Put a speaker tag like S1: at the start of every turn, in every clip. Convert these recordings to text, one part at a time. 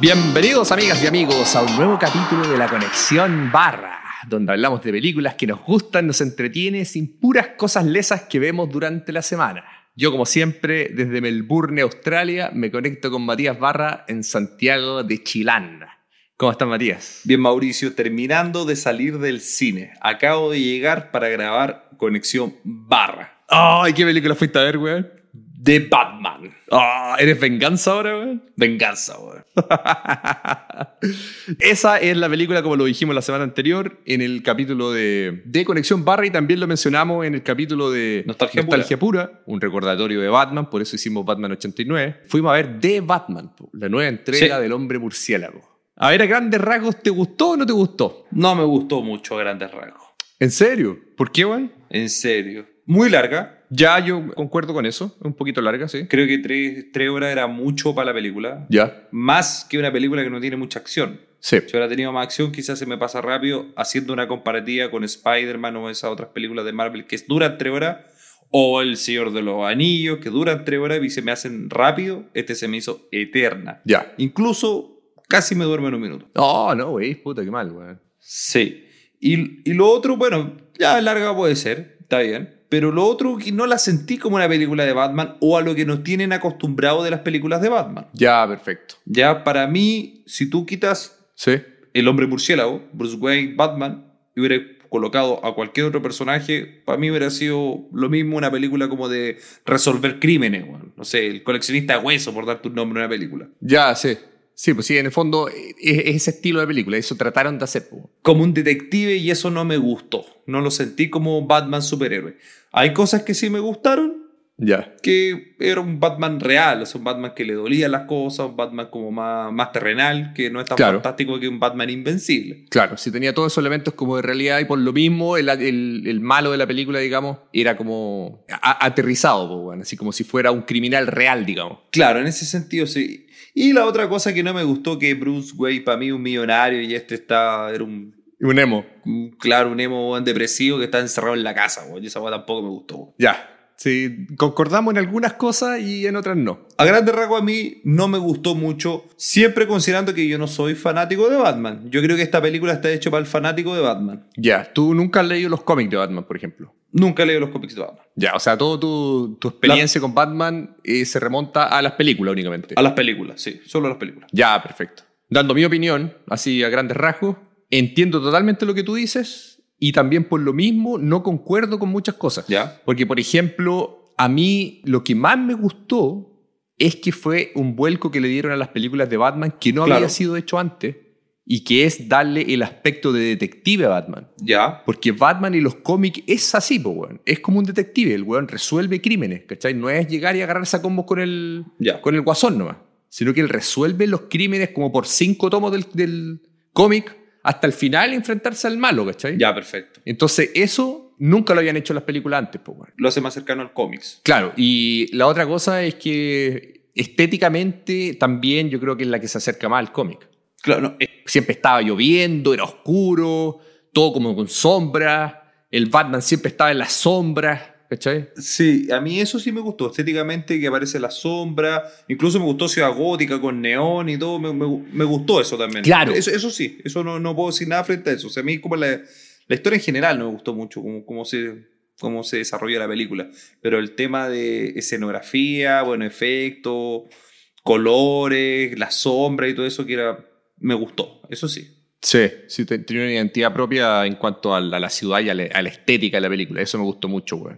S1: Bienvenidos amigas y amigos a un nuevo capítulo de La Conexión Barra, donde hablamos de películas que nos gustan, nos entretienen, sin puras cosas lesas que vemos durante la semana. Yo, como siempre, desde Melbourne, Australia, me conecto con Matías Barra en Santiago de Chilán. ¿Cómo estás, Matías?
S2: Bien, Mauricio, terminando de salir del cine. Acabo de llegar para grabar Conexión Barra
S1: ¡Ay, qué película fuiste a ver, weón!
S2: de Batman.
S1: ¡Ah, eres venganza ahora, weón!
S2: Venganza, weón.
S1: Esa es la película, como lo dijimos la semana anterior, en el capítulo de, de Conexión Barra y también lo mencionamos en el capítulo de
S2: Nostalgia
S1: Pura. un recordatorio de Batman, por eso hicimos Batman 89. Fuimos a ver The Batman, po, la nueva entrega
S2: Sí.
S1: del hombre murciélago. A ver, a grandes rasgos, ¿te gustó o no te gustó?
S2: No me gustó mucho a grandes rasgos.
S1: ¿En serio? ¿Por qué, weón?
S2: En serio. Muy larga.
S1: Ya, yo concuerdo con eso. Un poquito larga, sí.
S2: Creo que tres, tres horas era mucho para la película.
S1: Ya.
S2: Más que una película que no tiene mucha acción.
S1: Sí.
S2: Si hubiera tenido más acción, quizás se me pasa rápido haciendo una comparativa con Spider-Man o esas otras películas de Marvel que duran tres horas, o El Señor de los Anillos, que duran tres horas y se me hacen rápido. Este se me hizo eterna.
S1: Ya.
S2: Incluso casi me duermo en un minuto.
S1: Oh, no, wey, puta, qué mal, weón.
S2: Sí. Y, y lo otro, bueno, ya larga puede ser, está bien. Pero lo otro que no la sentí como una película de Batman o a lo que nos tienen acostumbrado de las películas de Batman.
S1: Ya, perfecto.
S2: Ya para mí, si tú quitas
S1: Sí.
S2: el hombre murciélago, Bruce Wayne, Batman, y hubiera colocado a cualquier otro personaje, para mí hubiera sido lo mismo una película como de resolver crímenes, weón. no sé, el coleccionista de hueso, por darte un nombre a una película.
S1: Ya, sí. Sí, pues sí, en el fondo eh, es, es ese estilo de película, eso trataron de hacer. pues. po.
S2: Como un detective y eso no me gustó, no lo sentí como Batman superhéroe. Hay cosas que sí me gustaron,
S1: Ya.
S2: que era un Batman real, o sea, un Batman que le dolían las cosas, un Batman como más, más terrenal, que no es tan
S1: Claro.
S2: fantástico que un Batman invencible.
S1: Claro, si tenía todos esos elementos como de realidad y por lo mismo el, el- el malo de la película, digamos, era como a- aterrizado, po, weón, así como si fuera un criminal real, digamos.
S2: Claro, en ese sentido sí. Y la otra cosa que no me gustó que Bruce Wayne para mí un millonario y este está era un
S1: Un emo.
S2: un- claro, un emo weón, depresivo que está encerrado en la casa, weón. Y esa weá tampoco me gustó. weón.
S1: Ya. Sí, concordamos en algunas cosas y en otras no.
S2: A grandes rasgos a mí no me gustó mucho, siempre considerando que yo no soy fanático de Batman. Yo creo que esta película está hecha para el fanático de Batman.
S1: Ya, tú nunca has leído los cómics de Batman, por ejemplo.
S2: Nunca leo los cómics de Batman,
S1: Ya, o sea, toda tu, tu experiencia con Batman eh, se remonta a las películas únicamente.
S2: a las películas, sí, solo a las películas.
S1: Ya, perfecto. Dando mi opinión, así a grandes rasgos, entiendo totalmente lo que tú dices y también por lo mismo no concuerdo con muchas cosas.
S2: ¿Ya?
S1: Porque, por ejemplo, a mí lo que más me gustó es que fue un vuelco que le dieron a las películas de Batman que no
S2: Claro.
S1: había sido hecho antes y que es darle el aspecto de detective a Batman.
S2: ¿Ya?
S1: Porque Batman y los cómics es así, po, weón. Es como un detective, el weón resuelve crímenes, ¿cachai? No es llegar y agarrarse a combos con el,
S2: Ya.
S1: con el guasón nomás, sino que él resuelve los crímenes como por cinco tomos del, del cómic hasta el final enfrentarse al malo, ¿cachai?
S2: Ya, perfecto.
S1: Entonces, eso nunca lo habían hecho las películas antes, po, weón.
S2: Lo hace más cercano al cómics.
S1: Claro, y la otra cosa es que estéticamente también yo creo que es la que se acerca más al cómic
S2: Claro, no, eh,
S1: siempre estaba lloviendo, era oscuro, todo como con sombras, el Batman siempre estaba en las sombras, ¿cachai?
S2: Sí, a mí eso sí me gustó, estéticamente que aparece la sombra, incluso me gustó Ciudad Gótica con neón y todo, me, me- me gustó eso también.
S1: Claro.
S2: Eso, eso sí, eso no, no puedo decir nada frente a eso. O sea, a mí como la, la historia en general no me gustó mucho, como, como se, cómo se desarrolló la película, pero el tema de escenografía, bueno, efectos, colores, la sombra y todo eso que era, me gustó, eso sí.
S1: Sí, sí, te- tenía una identidad propia en cuanto a la, a la ciudad y a la, a la estética de la película, eso me gustó mucho, güey.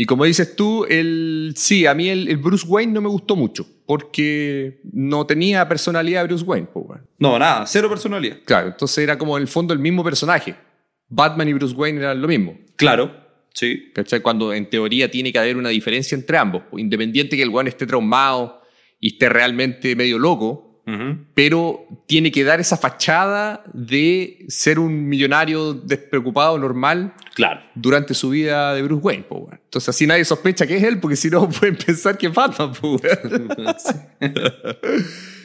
S1: Y como dices tú, el, sí, a mí el, el Bruce Wayne no me gustó mucho, porque no tenía personalidad de Bruce Wayne, pues, güey.
S2: No, nada, cero personalidad.
S1: Claro, entonces era como en el fondo el mismo personaje. Batman y Bruce Wayne eran lo mismo.
S2: Claro, sí.
S1: ¿Cachai? Cuando en teoría tiene que haber una diferencia entre ambos. pues, Independiente que el guan esté traumado y esté realmente medio loco,
S2: Ujú.
S1: pero tiene que dar esa fachada de ser un millonario despreocupado normal
S2: Claro.
S1: durante su vida de Bruce Wayne. po, weón. Entonces así nadie sospecha que es él, porque si no pueden pensar que es Batman. po, weón. pues,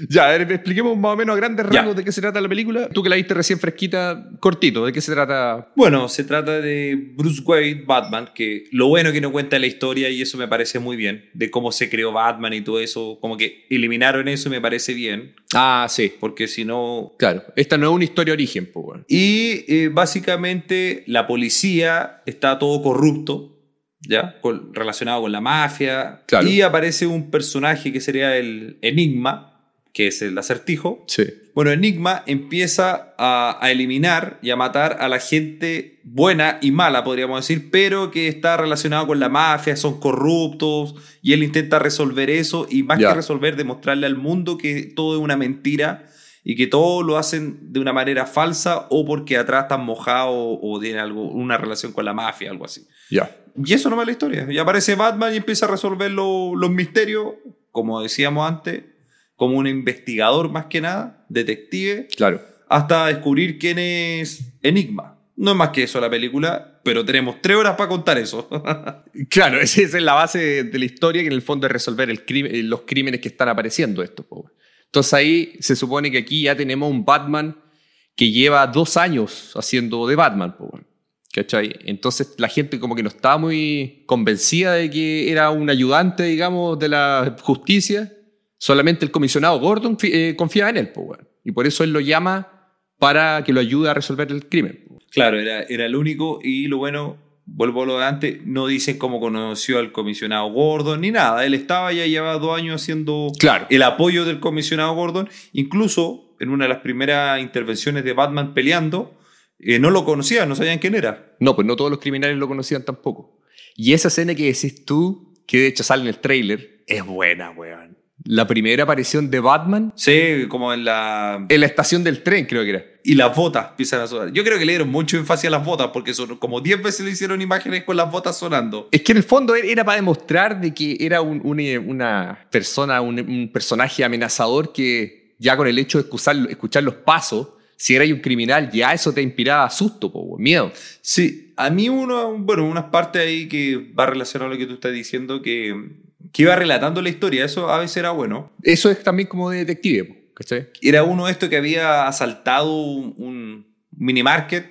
S1: Ya, a ver, expliquemos más o menos a grandes
S2: Ya.
S1: rasgos de qué se trata la película. Tú que la viste recién fresquita, cortito, ¿de qué se trata?
S2: Bueno, se trata de Bruce Wayne, Batman, que lo bueno que no cuenta la historia y eso me parece muy bien, de cómo se creó Batman y todo eso, como que eliminaron eso y me parece bien,
S1: Ah, sí.
S2: porque si no...
S1: Claro, esta no es una historia de origen, pues, weón.
S2: Y eh, básicamente la policía está todo corrupto, ¿ya? Con- relacionado con la mafia.
S1: Claro.
S2: Y aparece un personaje que sería el Enigma, que es el acertijo.
S1: Sí.
S2: Bueno, Enigma empieza a, a eliminar y a matar a la gente buena y mala, podríamos decir, pero que está relacionado con la mafia, son corruptos, y él intenta resolver eso, y más
S1: Ya.
S2: que resolver, demostrarle al mundo que todo es una mentira y que todo lo hacen de una manera falsa o porque atrás están mojados o tienen algo, una relación con la mafia, algo así.
S1: Ya.
S2: Y eso no es la historia. Y aparece Batman y empieza a resolver lo- los misterios, como decíamos antes, como un investigador más que nada, detective,
S1: Claro.
S2: hasta descubrir quién es Enigma. No es más que eso la película, pero tenemos tres horas para contar eso.
S1: Claro, esa esa es la base de la historia que en el fondo es resolver el crimen- eh, los crímenes que están apareciendo estos. po, weón. Entonces ahí se supone que aquí ya tenemos un Batman que lleva dos años haciendo de Batman. po, weón. ¿Cachai? Entonces la gente como que no estaba muy convencida de que era un ayudante, digamos, de la justicia. Solamente el comisionado Gordon fi- eh, confiaba en él. po, weón. Y por eso él lo llama para que lo ayude a resolver el crimen. po.
S2: claro, era, era el único y lo bueno, vuelvo a lo de antes, no dicen cómo conoció al comisionado Gordon ni nada. Él estaba ya llevaba dos años haciendo
S1: Claro.
S2: el apoyo del comisionado Gordon. Incluso en una de las primeras intervenciones de Batman peleando, eh, no lo conocían, no sabían quién era.
S1: No, pues no todos los criminales lo conocían tampoco. Y esa escena que decís tú, que de hecho sale en el tráiler, es buena, weón. La primera aparición de Batman
S2: Sí, como en la.
S1: en la estación del tren, creo que era.
S2: Y las botas empiezan a sonar. Yo creo que le dieron mucho énfasis a las botas porque son como 10 veces le hicieron imágenes con las botas sonando.
S1: Es que en el fondo era- era para demostrar de que era un- un- eh, una persona, un, un personaje amenazador que ya con el hecho de escuchar, escuchar los pasos, si eras un criminal, ya eso te inspiraba susto, po, weón, miedo.
S2: Sí, a mí uno, bueno, unas partes ahí que va relacionado a lo que tú estás diciendo, que, que iba relatando la historia, eso a veces era bueno.
S1: Eso es también como de detective, po, ¿cachai?
S2: Era uno esto que había asaltado un, un minimarket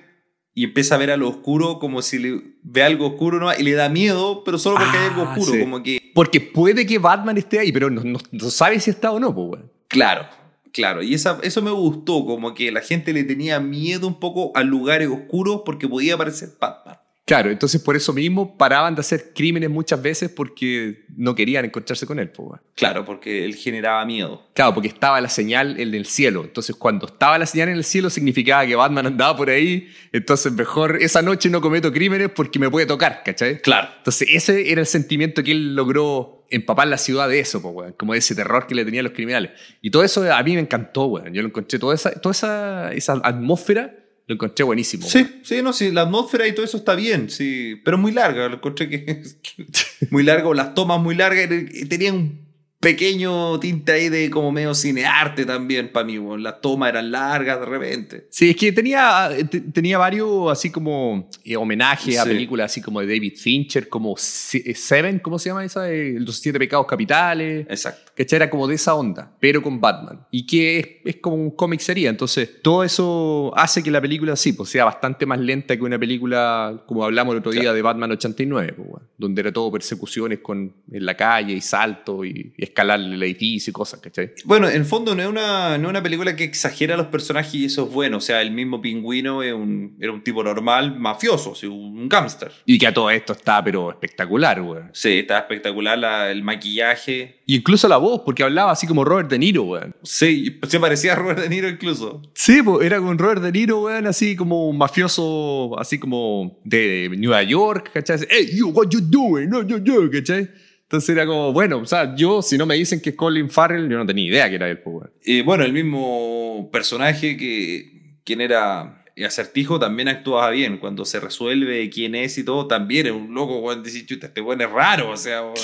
S2: y empieza a ver a lo oscuro como si le, ve algo oscuro ¿no? y le da miedo, pero solo porque hay algo
S1: Ah,
S2: oscuro,
S1: sí.
S2: como que...
S1: Porque puede que Batman esté ahí, pero no, no- no sabe si está o no, po, weón.
S2: Claro, claro. Y esa, eso me gustó, como que la gente le tenía miedo un poco a lugares oscuros porque podía aparecer Batman.
S1: Claro, entonces por eso mismo paraban de hacer crímenes muchas veces porque no querían encontrarse con él. po, weón.
S2: Claro, porque él generaba miedo.
S1: Claro, porque estaba la señal en el cielo. Entonces cuando estaba la señal en el cielo significaba que Batman andaba por ahí. Entonces mejor esa noche no cometo crímenes porque me puede tocar, ¿cachai?
S2: Claro.
S1: Entonces ese era el sentimiento que él logró empapar la ciudad de eso, po, weón, como de ese terror que le tenían los criminales. Y todo eso a mí me encantó, weón. Yo lo encontré, toda esa, toda esa, esa atmósfera lo encontré buenísimo. weón.
S2: Sí, sí, no, sí, la atmósfera y todo eso está bien, sí, pero muy larga, lo encontré que que- muy largo, las tomas muy largas, y tenía un pequeño tinte ahí de como medio cinearte también para mí, weón, las tomas eran largas de repente.
S1: Sí, es que tenía, te- tenía varios así como eh, homenajes a
S2: Sí.
S1: películas así como de David Fincher, como Se- eh, Seven, ¿cómo se llama esa? Eh, Los siete pecados capitales.
S2: Exacto.
S1: ¿Cachai? Era como de esa onda, pero con Batman. Y que es, es como un cómic sería. Entonces, todo eso hace que la película sí, pues sea bastante más lenta que una película, como hablamos el otro día,
S2: Claro.
S1: de Batman 89, pues, weón, donde era todo persecuciones con, en la calle y salto y, y escalar el edificio y cosas, ¿cachai?
S2: Bueno, en el fondo no es una, no es una película que exagera a los personajes y eso es bueno, o sea, el mismo pingüino es un- era un tipo normal, mafioso, sí, un gángster.
S1: Y que a todo esto está, pero espectacular, weón.
S2: Sí, está espectacular la- el maquillaje.
S1: Y incluso la voz, porque hablaba así como Robert De Niro, weón.
S2: Sí, se parecía a Robert De Niro incluso.
S1: Sí, pues era con Robert De Niro, weón, así como un mafioso, así como de Nueva York, ¿cachai? Hey, you, what you doing? No, yo, yo, ¿cachai? Entonces era como, bueno, o sea, yo, si no me dicen que es Colin Farrell, yo no tenía idea que era él, pues, weón.
S2: Eh, bueno, el mismo personaje que quien era acertijo también actuaba bien. Cuando se resuelve quién es y todo, también es un loco, weón. Dice, chuta, este weón es raro, o sea, weón.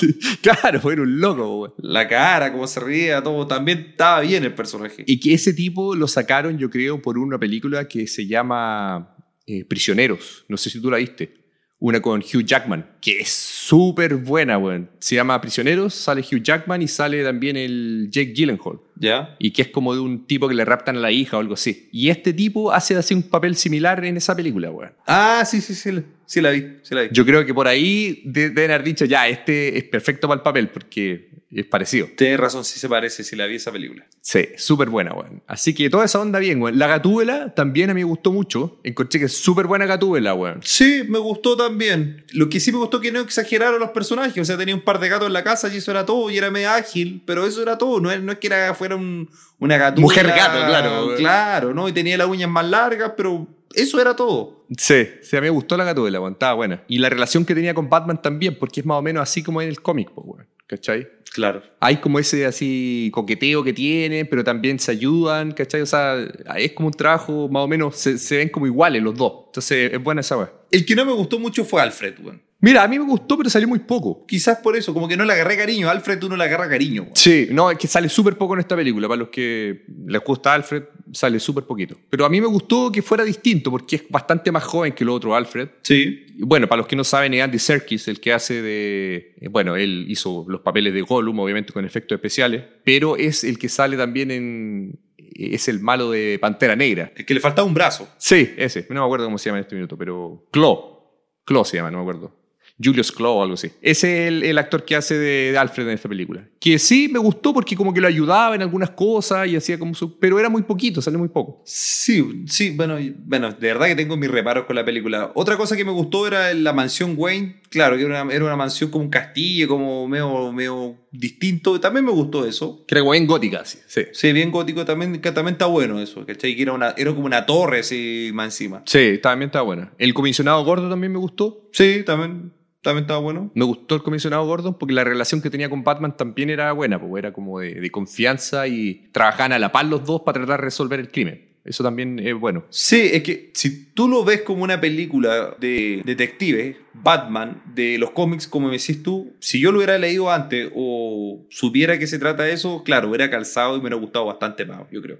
S1: Claro, era un loco, weón.
S2: la cara, cómo se ría, todo. También estaba bien el personaje.
S1: Y que ese tipo lo sacaron, yo creo, por una película que se llama eh, Prisioneros. No sé si tú la viste. Una con Hugh Jackman, que es súper buena, weón. Se llama Prisioneros, sale Hugh Jackman y sale también el Jake Gyllenhaal.
S2: ¿Ya?
S1: y que es como de un tipo que le raptan a la hija o algo así. Y este tipo hace así un papel similar en esa película, weón.
S2: Ah, sí, sí, sí, la- sí la vi, sí la vi.
S1: Yo creo que por ahí de- deben haber dicho, ya, este es perfecto para el papel porque es parecido.
S2: Tienes razón, sí se parece, sí la vi esa película.
S1: Sí, súper buena, weón. Así que toda esa onda bien, weón. La gatúbela también a mí me gustó mucho. Encontré que es súper buena gatúbela, weón.
S2: Sí, me gustó también. Lo que sí me gustó que no exageraron los personajes. O sea, tenía un par de gatos en la casa y eso era todo. Y era medio ágil, pero eso era todo. No es, no es que era, fuera un- una gatuna.
S1: Mujer gato, claro.
S2: Claro, ¿no? Y tenía las uñas más largas, pero eso era todo.
S1: Sí, sí, a mí me gustó la gatúbela, weón. Estaba buena. Y la relación que tenía con Batman también, porque es más o menos así como en el cómic, pues, weón. ¿Cachai?
S2: Claro.
S1: Hay como ese así coqueteo que tienen, pero también se ayudan, ¿cachai? O sea, es como un trabajo más o menos, se, se ven como iguales los dos. Entonces, es buena esa weón.
S2: El que no me gustó mucho fue Alfred, weón.
S1: Mira, a mí me gustó, pero salió muy poco.
S2: Quizás por eso, como que no le agarré cariño. A Alfred tú no le agarras cariño, weón.
S1: Sí, no, es que sale súper poco en esta película. Para los que les gusta Alfred, sale súper poquito. Pero a mí me gustó que fuera distinto, porque es bastante más joven que el otro Alfred.
S2: Sí.
S1: Y bueno, para los que no saben, es Andy Serkis el que hace de. eh, Bueno, él hizo los papeles de Gollum, obviamente con efectos especiales, pero es el que sale también en. Es el malo de Pantera Negra.
S2: Es que le faltaba un brazo.
S1: Sí, ese. No me acuerdo cómo se llama en este minuto, pero. Claw. Claw se llama, no me acuerdo. Julius Claw o algo así. Ese es el, el actor que hace de, de Alfred en esta película. Que sí me gustó porque como que lo ayudaba en algunas cosas y hacía como su. Pero era muy poquito, salió muy poco.
S2: Sí, sí, bueno, y- bueno, de verdad que tengo mis reparos con la película. Otra cosa que me gustó era la mansión Wayne, claro, que era una, era una mansión como un castillo, como medio, medio distinto, también me gustó eso.
S1: Creo que en gótica, sí. Sí.
S2: Sí, bien gótico, también, que también está bueno eso, ¿cachai? Que era, una, era como una torre así más encima.
S1: Sí, también estaba buena. El comisionado gordo también me gustó.
S2: Sí, también, también estaba bueno.
S1: Me gustó el comisionado Gordon porque la relación que tenía con Batman también era buena, porque era como de, de confianza y trabajaban a la par los dos para tratar de resolver el crimen. Eso también es bueno.
S2: Sí, es que si tú lo ves como una película de detectives, Batman, de los cómics, como me decís tú, si yo lo hubiera leído antes o supiera que se trata de eso, claro, hubiera calzado y me hubiera gustado bastante más, yo creo.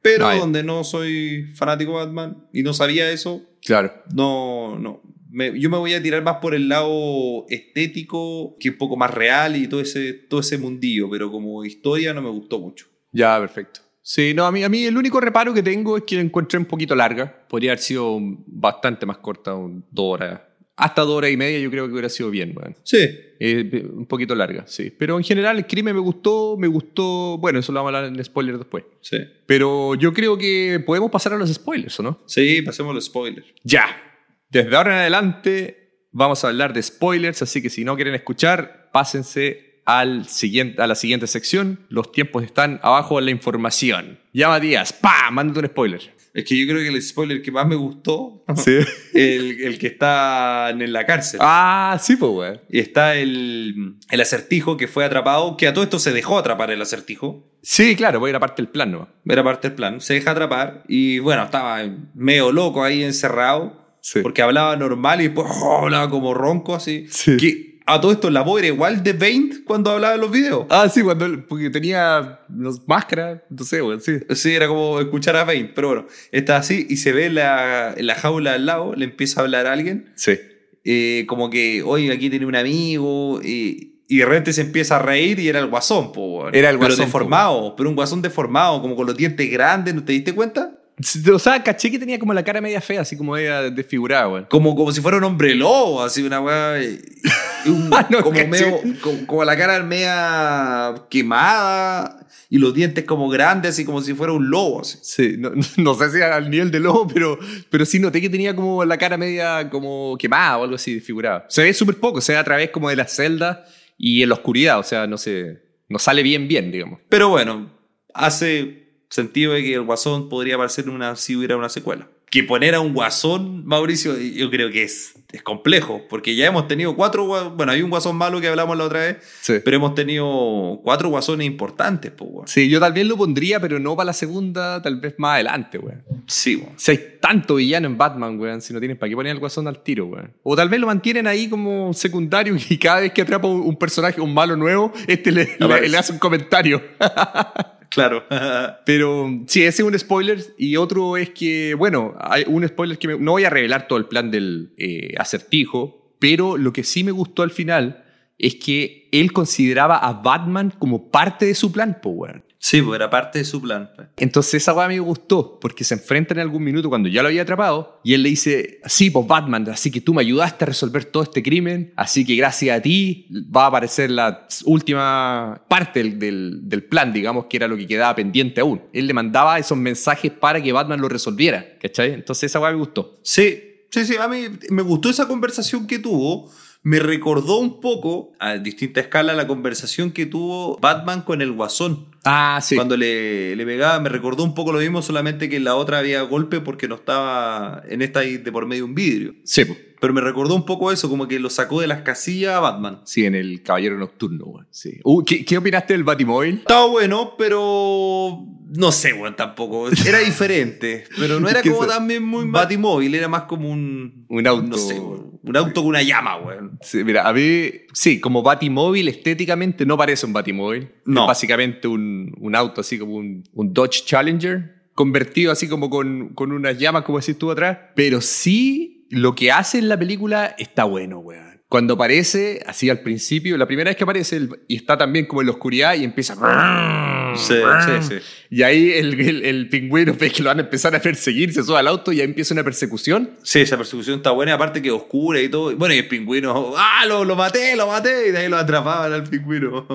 S2: Pero
S1: No, eh.
S2: donde no soy fanático de Batman y no sabía eso,
S1: Claro.
S2: no, no. Me- yo me voy a tirar más por el lado estético, que un poco más real y todo ese, todo ese mundillo, pero como historia no me gustó mucho.
S1: Ya, perfecto. Sí, no, a mí, a mí el único reparo que tengo es que la encontré un poquito larga. Podría haber sido bastante más corta, un- dos horas. Hasta dos horas y media yo creo que hubiera sido bien, bueno.
S2: Sí,
S1: Eh, un poquito larga, sí. Pero en general el crimen me gustó, me gustó... Bueno, eso lo vamos a hablar en spoiler después.
S2: sí.
S1: Pero yo creo que podemos pasar a los spoilers, ¿o no?
S2: Sí, pasemos los spoilers.
S1: Ya. Desde ahora en adelante vamos a hablar de spoilers, así que si no quieren escuchar, pásense al siguiente, a la siguiente sección. Los tiempos están abajo en la información. Ya Matías, ¡pam! Mándate un spoiler.
S2: Es que yo creo que el spoiler que más me gustó,
S1: Sí.
S2: el, el que está en la cárcel.
S1: ah, sí, pues, weón.
S2: Y está el, el acertijo que fue atrapado, que a todo esto se dejó atrapar el acertijo.
S1: Sí, claro, voy a ir a parte del plan nomás.
S2: Era parte del plan. Se deja atrapar y bueno, estaba medio loco ahí encerrado.
S1: Sí.
S2: Porque hablaba normal y después oh, hablaba como ronco así.
S1: Sí.
S2: Que a todo esto la voz era igual de Paint cuando hablaba en los videos.
S1: Ah, sí, cuando él- porque tenía no sé, máscara, no sé, weón, sí.
S2: Sí, era como escuchar a Paint, pero bueno, está así y se ve la, la jaula al lado, le empieza a hablar a alguien
S1: Sí.
S2: eh, como que, oye, aquí tiene un amigo, eh, y de repente se empieza a reír y era el guasón, po, weón.
S1: Era el guasón,
S2: Pero deformado, pero un guasón deformado, como con los dientes grandes, ¿no te diste cuenta?
S1: O sea, caché que tenía como la cara media fea, así como ella desfigurada, weón.
S2: Como, como si fuera un hombre lobo, así una weá. eh, y un-
S1: Ah, no,
S2: como,
S1: caché.
S2: medio, como, como la cara media quemada y los dientes como grandes, así como si fuera un lobo. Así.
S1: Sí, no, no sé si al nivel de lobo, pero, pero sí noté que tenía como la cara media como quemada o algo así, desfigurada. Se ve súper poco, se ve a través como de las celdas y en la oscuridad, o sea, no sé, no sale bien bien, digamos.
S2: Pero bueno, hace sentido de que el Guasón podría aparecer en una, si hubiera una secuela. Que poner a un Guasón, Mauricio, yo creo que es, es complejo, porque ya hemos tenido cuatro, gua- bueno, hay un Guasón malo que hablamos la otra vez,
S1: Sí.
S2: pero hemos tenido cuatro Guasones importantes, pues, weón.
S1: Sí, yo tal vez lo pondría, pero no para la segunda, tal vez más adelante, weón.
S2: Sí, weón.
S1: Si hay tanto villano en Batman, weón, si no tienes para qué poner al guasón al tiro, weón. O tal vez lo mantienen ahí como secundario y cada vez que atrapa un un personaje, un malo nuevo, este le- le-
S2: Aparece.
S1: le hace un comentario.
S2: Claro.
S1: Pero sí, ese es un spoiler. Y otro es que, bueno, hay un spoiler que me- no voy a revelar todo el plan del eh, acertijo, pero lo que sí me gustó al final es que él consideraba a Batman como parte de su plan, po, weón.
S2: Sí, pues era parte de su plan. pues.
S1: Entonces esa weá me gustó, porque se enfrentan en algún minuto cuando ya lo había atrapado, y él le dice, sí, pues Batman, así que tú me ayudaste a resolver todo este crimen, así que gracias a ti va a aparecer la última parte del, del- del plan, digamos, que era lo que quedaba pendiente aún. Él le mandaba esos mensajes para que Batman lo resolviera, ¿cachai? Entonces esa weá me gustó.
S2: Sí, sí, sí, a mí me gustó esa conversación que tuvo. Me recordó un poco, a distinta escala, la conversación que tuvo Batman con el Guasón.
S1: Ah, sí.
S2: Cuando le, le pegaba, me recordó un poco lo mismo, solamente que en la otra había golpe porque no estaba en esta ahí de por medio un vidrio.
S1: Sí, po.
S2: Pero me recordó un poco eso, como que lo sacó de las casillas a Batman.
S1: sí, en el Caballero Nocturno, weón, Sí. Uh, ¿qué, qué opinaste del Batimóvil?
S2: Estaba bueno, pero no sé, weón, tampoco. Era diferente, pero no era
S1: ¿Qué
S2: como
S1: es eso?
S2: también muy batimóvil, era más como un...
S1: Un auto.
S2: No sé, weón, un auto con una llama, weón.
S1: Sí, mira, a mí, sí, como Batimóvil, estéticamente no parece un Batimóvil.
S2: No.
S1: Es básicamente un, un auto así como un, un Dodge Challenger, convertido así como con, con unas llamas, como decís tú atrás. Pero sí, lo que hace en la película está bueno, weón. Cuando aparece, así al principio, la primera vez que aparece el- y está también como en la oscuridad y empieza.
S2: Sí, sí, sí.
S1: Y ahí el, el, el pingüino ve que lo van a empezar a perseguir, se sube al auto y ahí empieza una persecución.
S2: Sí, esa persecución está buena, aparte que oscura y todo. Bueno, y el pingüino, ¡ah, lo, lo maté, lo maté! Y de ahí lo atrapaban al pingüino.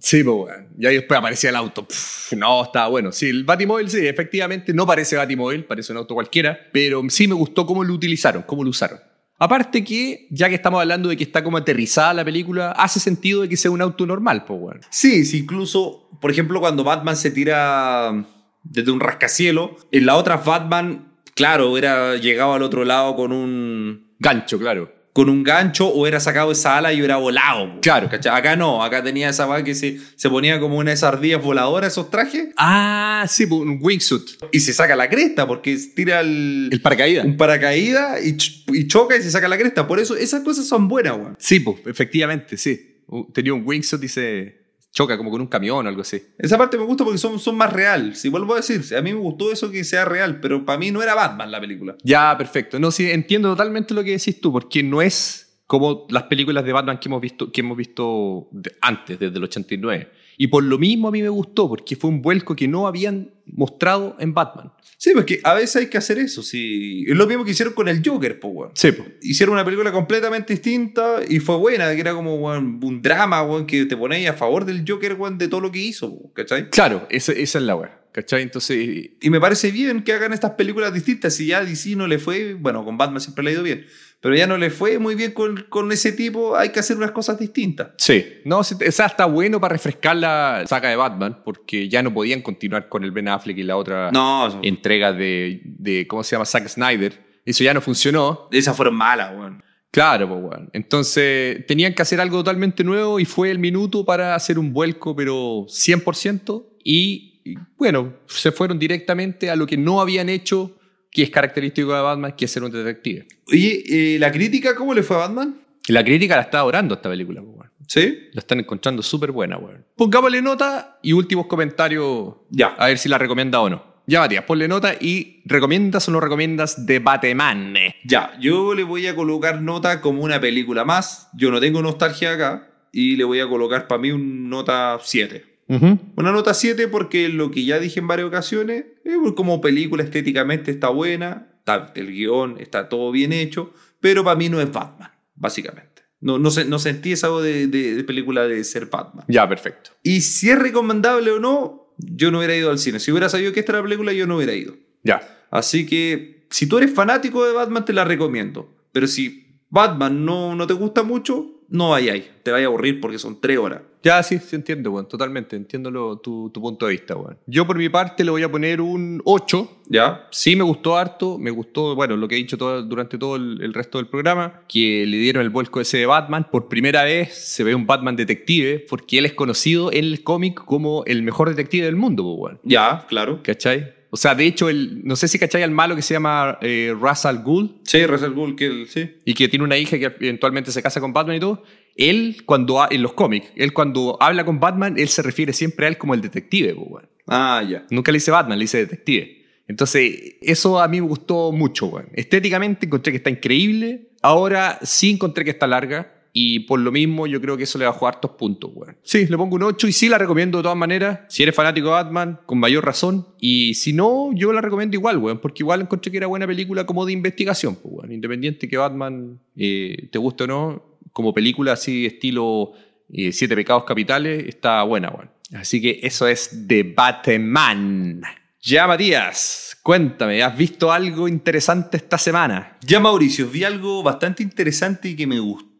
S1: Sí, pues, weón. Y ahí después aparecía el auto. Pff, no, estaba bueno. Sí, el Batimóvil, sí, efectivamente, no parece Batimóvil, parece un auto cualquiera, pero sí me gustó cómo lo utilizaron, cómo lo usaron. Aparte que, ya que estamos hablando de que está como aterrizada la película, hace sentido de que sea un auto normal, pues, weón.
S2: Sí, sí, incluso, por ejemplo, cuando Batman se tira desde un rascacielo, en la otra Batman, claro, era llegado al otro lado con un
S1: Gancho, claro.
S2: con un gancho o era sacado esa ala y hubiera volado. po.
S1: Claro.
S2: ¿Cachai? Acá no, acá tenía esa va que se, se ponía como una de esas ardillas voladoras, esos trajes,
S1: Ah, sí, pues, un wingsuit.
S2: y se saca la cresta porque tira el,
S1: El paracaídas.
S2: un paracaídas y, ch- y choca y se saca la cresta. Por eso esas cosas son buenas, weón.
S1: Sí, pues, efectivamente, sí. Uh, Tenía un wingsuit y se choca como con un camión o algo así.
S2: Esa parte me gusta porque son, son más real. Si vuelvo a decir, a mí me gustó eso que sea real, pero para mí no era Batman la película.
S1: Ya, perfecto. No, sí, entiendo totalmente lo que decís tú, porque no es como las películas de Batman que hemos visto, que hemos visto de- antes, desde el 89. Y por lo mismo a mí me gustó, porque fue un vuelco que no habían mostrado en Batman.
S2: Sí, porque a veces hay que hacer eso. Sí. Es lo mismo que hicieron con el Joker, po, weón.
S1: Sí,
S2: Hicieron una película completamente distinta y fue buena, que era como weón, un drama, weón, que te ponéis a favor del Joker, weón, de todo lo que hizo, po, ¿cachai?
S1: Claro, esa, esa es la weá. ¿Cachai? Entonces,
S2: Y me parece bien que hagan estas películas distintas. Si ya DC no le fue, bueno, con Batman siempre le ha ido bien, pero ya no le fue muy bien con, con ese tipo, hay que hacer unas cosas distintas.
S1: sí. No, sí, esa está bueno para refrescar la saga de Batman, porque ya no podían continuar con el Ben Affleck y la otra
S2: No,
S1: entrega de, de, ¿cómo se llama? Zack Snyder. Eso ya no funcionó.
S2: esas fueron malas, weón.
S1: Claro, pues, weón. Entonces tenían que hacer algo totalmente nuevo y fue el minuto para hacer un vuelco, pero 100%. Y y, bueno, se fueron directamente a lo que no habían hecho, que es característico de Batman, que es ser un detective.
S2: Oye, eh, ¿la crítica cómo le fue a Batman?
S1: La crítica la está adorando esta película, pues, weón.
S2: ¿Sí?
S1: La están encontrando súper buena, weón. Pongámosle nota y últimos comentarios
S2: Ya.
S1: a ver si la recomienda o no. Ya, Matías, ponle nota y recomiendas o no recomiendas de Batman.
S2: Ya, yo le voy a colocar nota como una película más. Yo no tengo nostalgia acá y le voy a colocar para mí un nota 7. Una nota 7 porque lo que ya dije en varias ocasiones, eh, como película estéticamente está buena, está, el guión está todo bien hecho, pero para mí no es Batman, básicamente. No, no, se- no sentí esa voz de, de- de película de ser Batman.
S1: Ya, perfecto.
S2: Y si es recomendable o no, yo no hubiera ido al cine. Si hubiera sabido que esta era la película, yo no hubiera ido.
S1: Ya.
S2: Así que si tú eres fanático de Batman, te la recomiendo. Pero si Batman no, no te gusta mucho, no vayáis. Te vaya a aburrir porque son tres horas.
S1: Ya, sí, sí entiendo, weón, totalmente, entiendo lo- tu, tu punto de vista, weón. Yo por mi parte le voy a poner un 8.
S2: ¿Ya?
S1: Sí, me gustó harto, me gustó, bueno, lo que he dicho todo- durante todo el, el resto del programa, que le dieron el vuelco ese de Batman. Por primera vez se ve un Batman detective, porque él es conocido en el cómic como el mejor detective del mundo, pues, weón.
S2: Ya, claro.
S1: ¿Cachai? O sea, de hecho, el, no sé si cachai al malo que se llama eh, Ra's al Ghul,
S2: Sí, Russell Gould, que el- sí.
S1: y que tiene una hija que eventualmente se casa con Batman y todo, él cuando ha- en los cómics, él cuando habla con Batman, él se refiere siempre a él como el detective, po, weón.
S2: Ah, ya.
S1: Nunca le dice Batman, le dice detective. Entonces, eso a mí me gustó mucho, weón. Estéticamente encontré que está increíble, ahora sí encontré que está larga Y por lo mismo, yo creo que eso le va a jugar hartos puntos, weón. Sí, le pongo un 8 y sí la recomiendo de todas maneras. Si eres fanático de Batman, con mayor razón. Y si no, yo la recomiendo igual, weón. Porque igual encontré que era buena película como de investigación, pues, weón. Independiente que Batman eh, te guste o no, como película así, estilo eh, Siete Pecados Capitales, está buena, weón. Así que eso es de Batman. Ya, Matías, cuéntame, ¿has visto algo interesante esta semana?
S2: Ya, Mauricio, vi algo bastante interesante y que me gustó.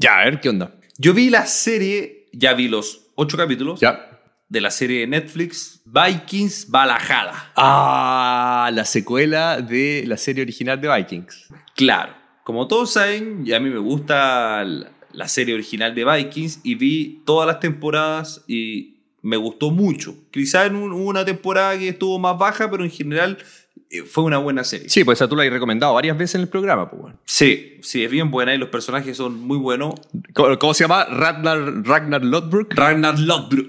S1: Ya, a ver, ¿qué onda?
S2: Yo vi la serie, ya vi los ocho capítulos
S1: Ya.
S2: de la serie de Netflix, Vikings Balajada.
S1: Ah, la secuela de la serie original de Vikings.
S2: Claro, como todos saben, y a mí me gusta l- la serie original de Vikings y vi todas las temporadas y me gustó mucho. Quizá en un- una temporada que estuvo más baja, pero en general eh, fue una buena serie.
S1: Sí, pues esa tú la has recomendado varias veces en el programa, pues bueno.
S2: Sí, sí, es bien buena y los personajes son muy buenos.
S1: ¿Cómo, cómo se llama? Ragnar, Ragnar Lodbrok.
S2: Ragnar Lodbrok.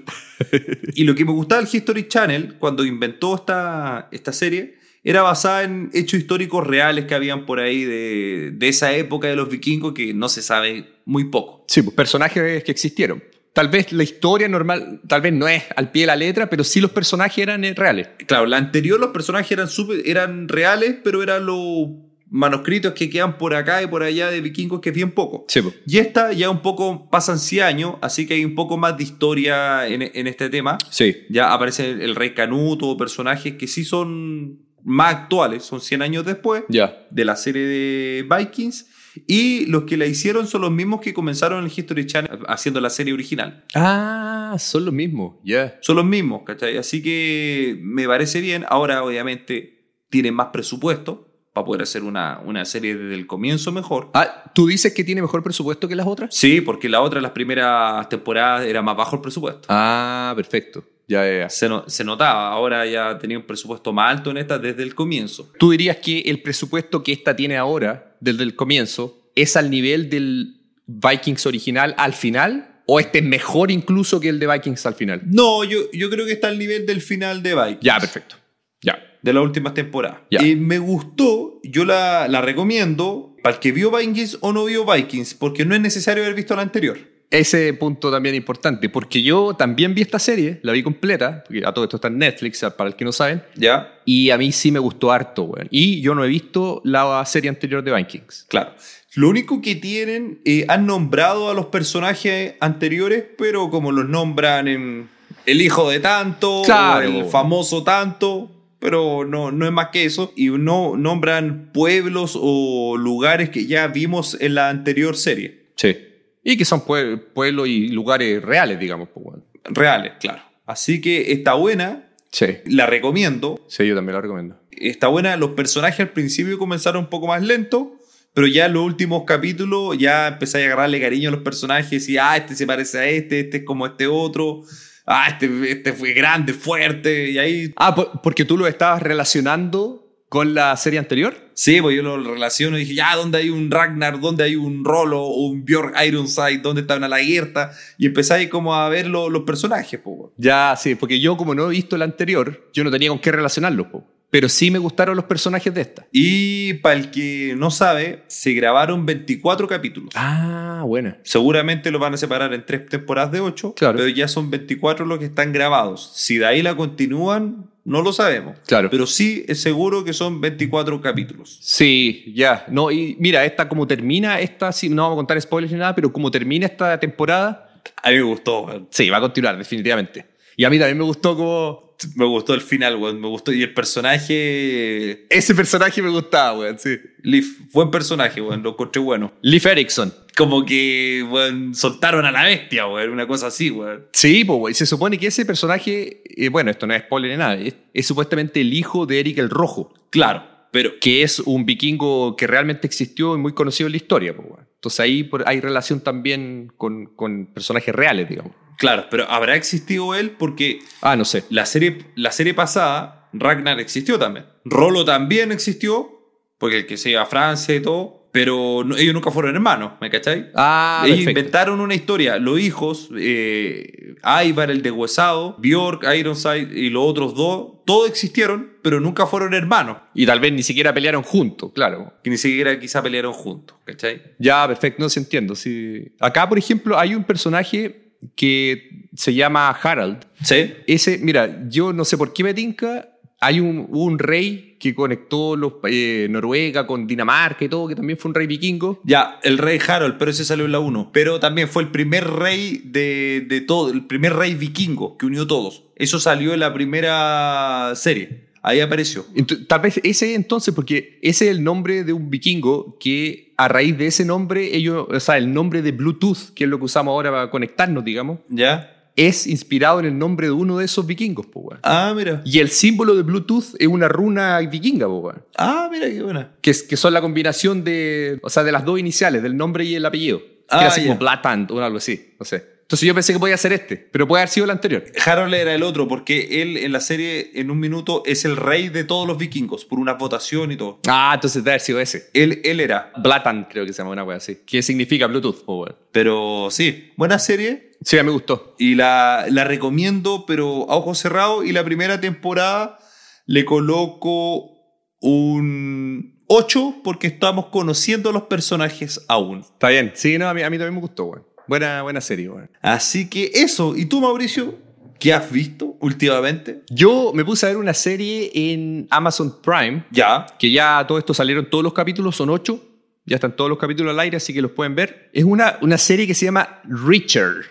S2: y lo que me gustaba del History Channel cuando inventó esta, esta serie era basada en hechos históricos reales que habían por ahí de, de esa época de los vikingos que no se sabe muy poco.
S1: Sí, pues personajes que existieron. Tal vez la historia normal, tal vez no es al pie de la letra, pero sí los personajes eran eh, reales.
S2: Claro, la anterior los personajes eran, súper- eran reales, pero eran los manuscritos que quedan por acá y por allá de vikingos que es bien poco.
S1: Sí, pues.
S2: Y esta ya un poco pasan 100 años, así que hay un poco más de historia en- en este tema.
S1: Sí.
S2: Ya aparece el, el rey Canuto, personajes que sí son más actuales, son 100 años después
S1: Ya.
S2: de la serie de Vikings. Y los que la hicieron son los mismos que comenzaron el History Channel haciendo la serie original.
S1: Ah, son los mismos. Ya.
S2: Son los mismos, ¿cachai? Así que me parece bien. Ahora, obviamente, tienen más presupuesto para poder hacer una, una serie desde el comienzo mejor.
S1: Ah, ¿tú dices que tiene mejor presupuesto que las otras?
S2: Sí, porque la otra, las primeras temporadas, era más bajo el presupuesto.
S1: Ah, perfecto. Ya, ya, ya.
S2: Se, no- se notaba. Ahora ya tenía un presupuesto más alto en esta desde el comienzo.
S1: ¿Tú dirías que el presupuesto que esta tiene ahora, desde el comienzo, es al nivel del Vikings original al final? ¿O este es mejor incluso que el de Vikings al final?
S2: No, yo, yo creo que está al nivel del final de Vikings.
S1: Ya, perfecto. Ya.
S2: De las últimas temporadas.
S1: Ya.
S2: Eh, me gustó, yo la, la recomiendo para el que vio Vikings o no vio Vikings, porque no es necesario haber visto la anterior.
S1: Ese punto también es importante, porque yo también vi esta serie, la vi completa, porque a todo esto está en Netflix, para el que no saben,
S2: ¿Ya?
S1: y a mí sí me gustó harto, weón. Y yo no he visto la serie anterior de Vikings.
S2: Claro. Lo único que tienen, eh, han nombrado a los personajes anteriores, pero como los nombran en el hijo de tanto, o
S1: Claro.
S2: el famoso tanto, pero no, no es más que eso. Y no nombran pueblos o lugares que ya vimos en la anterior serie.
S1: Sí. Y que son pue- pueblos y lugares reales, digamos, pues, weón.
S2: reales, claro. Así que está buena,
S1: Sí.
S2: la recomiendo.
S1: Sí, yo también la recomiendo.
S2: Está buena, los personajes al principio comenzaron un poco más lento, pero ya en los últimos capítulos ya empecé a agarrarle cariño a los personajes y, ah, este se parece a este, este es como este otro, ah, este, este fue grande, fuerte, y ahí...
S1: Ah, por- porque tú lo estabas relacionando con la serie anterior.
S2: Sí, pues yo lo relaciono y dije, ya, ¿dónde hay un Ragnar? ¿Dónde hay un Rolo? ¿O un Björk Ironside? ¿Dónde está una Laguerta? Y empecé ahí como a ver lo- los personajes, pues. weón.
S1: Ya, sí, porque yo como no he visto la anterior, yo no tenía con qué relacionarlo. po. Pero sí me gustaron los personajes de esta.
S2: Y para el que no sabe, se grabaron 24 capítulos.
S1: Ah, buena.
S2: Seguramente lo van a separar en tres temporadas de 8,
S1: Claro.
S2: pero ya son 24 los que están grabados. Si de ahí la continúan, no lo sabemos.
S1: Claro.
S2: Pero sí es seguro que son 24 capítulos.
S1: Sí, ya. No, y mira, esta como termina, esta, sí, no vamos a contar spoilers ni nada, pero como termina esta temporada,
S2: A mí me gustó, weón.
S1: sí, va a continuar, definitivamente. Y a mí también me gustó como...
S2: me gustó el final, weón. me gustó. Y el personaje,
S1: Ese personaje me gustaba, weón, sí.
S2: Leaf, buen personaje, weón. lo encontré bueno.
S1: Leif Erikson.
S2: Como que weón, soltaron a la bestia, weón. una cosa así. weón.
S1: Sí, pues, güey, se supone que ese personaje, eh, bueno, esto no es spoiler ni nada, es, es supuestamente el hijo de Eric el Rojo,
S2: Claro, pero
S1: que es un vikingo que realmente existió y muy conocido en la historia. pues, güey. Entonces ahí por- hay relación también con, con personajes reales, digamos.
S2: claro, pero habrá existido él porque
S1: Ah, no sé.
S2: La serie, la serie pasada, Ragnar existió también. Rolo también existió, porque el que se iba a Francia y todo, pero no- ellos nunca fueron hermanos, ¿me cacháis?
S1: Ah,
S2: ellos
S1: perfecto.
S2: inventaron una historia. Los hijos, eh, Ivar, el deshuesado, Bjork, Ironside y los otros dos todos existieron, pero nunca fueron hermanos.
S1: Y tal vez ni siquiera pelearon juntos, claro.
S2: Que ni siquiera quizá pelearon juntos, ¿cachai?
S1: Ya, perfecto, no se entiendo. sí. Acá, por ejemplo, hay un personaje que se llama Harald.
S2: Sí.
S1: Ese, mira, yo no sé por qué me tinca. Hay un, hubo un rey que conectó los, pa- eh, Noruega con Dinamarca y todo, que también fue un rey vikingo.
S2: Ya, el rey Harold, pero ese salió en la 1. Pero también fue el primer rey de, de todo, el primer rey vikingo que unió todos. Eso salió en la primera serie. Ahí apareció.
S1: Ento- tal vez ese entonces, porque ese es el nombre de un vikingo que a raíz de ese nombre, ellos, o sea, el nombre de Bluetooth, que es lo que usamos ahora para conectarnos, digamos,
S2: ¿Ya?
S1: es inspirado en el nombre de uno de esos vikingos, po, weón.
S2: Ah, mira.
S1: Y el símbolo de Bluetooth es una runa vikinga, po, weón,
S2: Ah, mira, qué buena.
S1: que, es- que son la combinación de, o sea, de las dos iniciales, del nombre y el apellido. Que era
S2: Ah,
S1: así
S2: ya.
S1: como Blatant o algo así, no sé. Entonces yo pensé que podía ser este, pero puede haber sido el anterior.
S2: Harold era el otro, porque él en la serie, en un minuto, es el rey de todos los vikingos, por una votación y todo.
S1: Ah, entonces debe haber sido ese.
S2: Él, él era.
S1: Blatant creo que se llama una wea así, que significa Bluetooth, po, weón.
S2: Pero sí, buena serie.
S1: Sí, a mí me gustó.
S2: Y la, la recomiendo, pero a ojos cerrados. Y la primera temporada le coloco un 8 porque estamos conociendo a los personajes aún.
S1: Está bien. Sí, no, a mí, a mí también me gustó, weón. Buena, buena serie, weón.
S2: Así que eso. ¿Y tú, Mauricio? ¿Qué has visto últimamente?
S1: Yo me puse a ver una serie en Amazon Prime,
S2: Ya.
S1: que ya todo esto salieron todos los capítulos, son ocho. Ya están todos los capítulos al aire, así que los pueden ver. Es una, una serie que se llama Richard,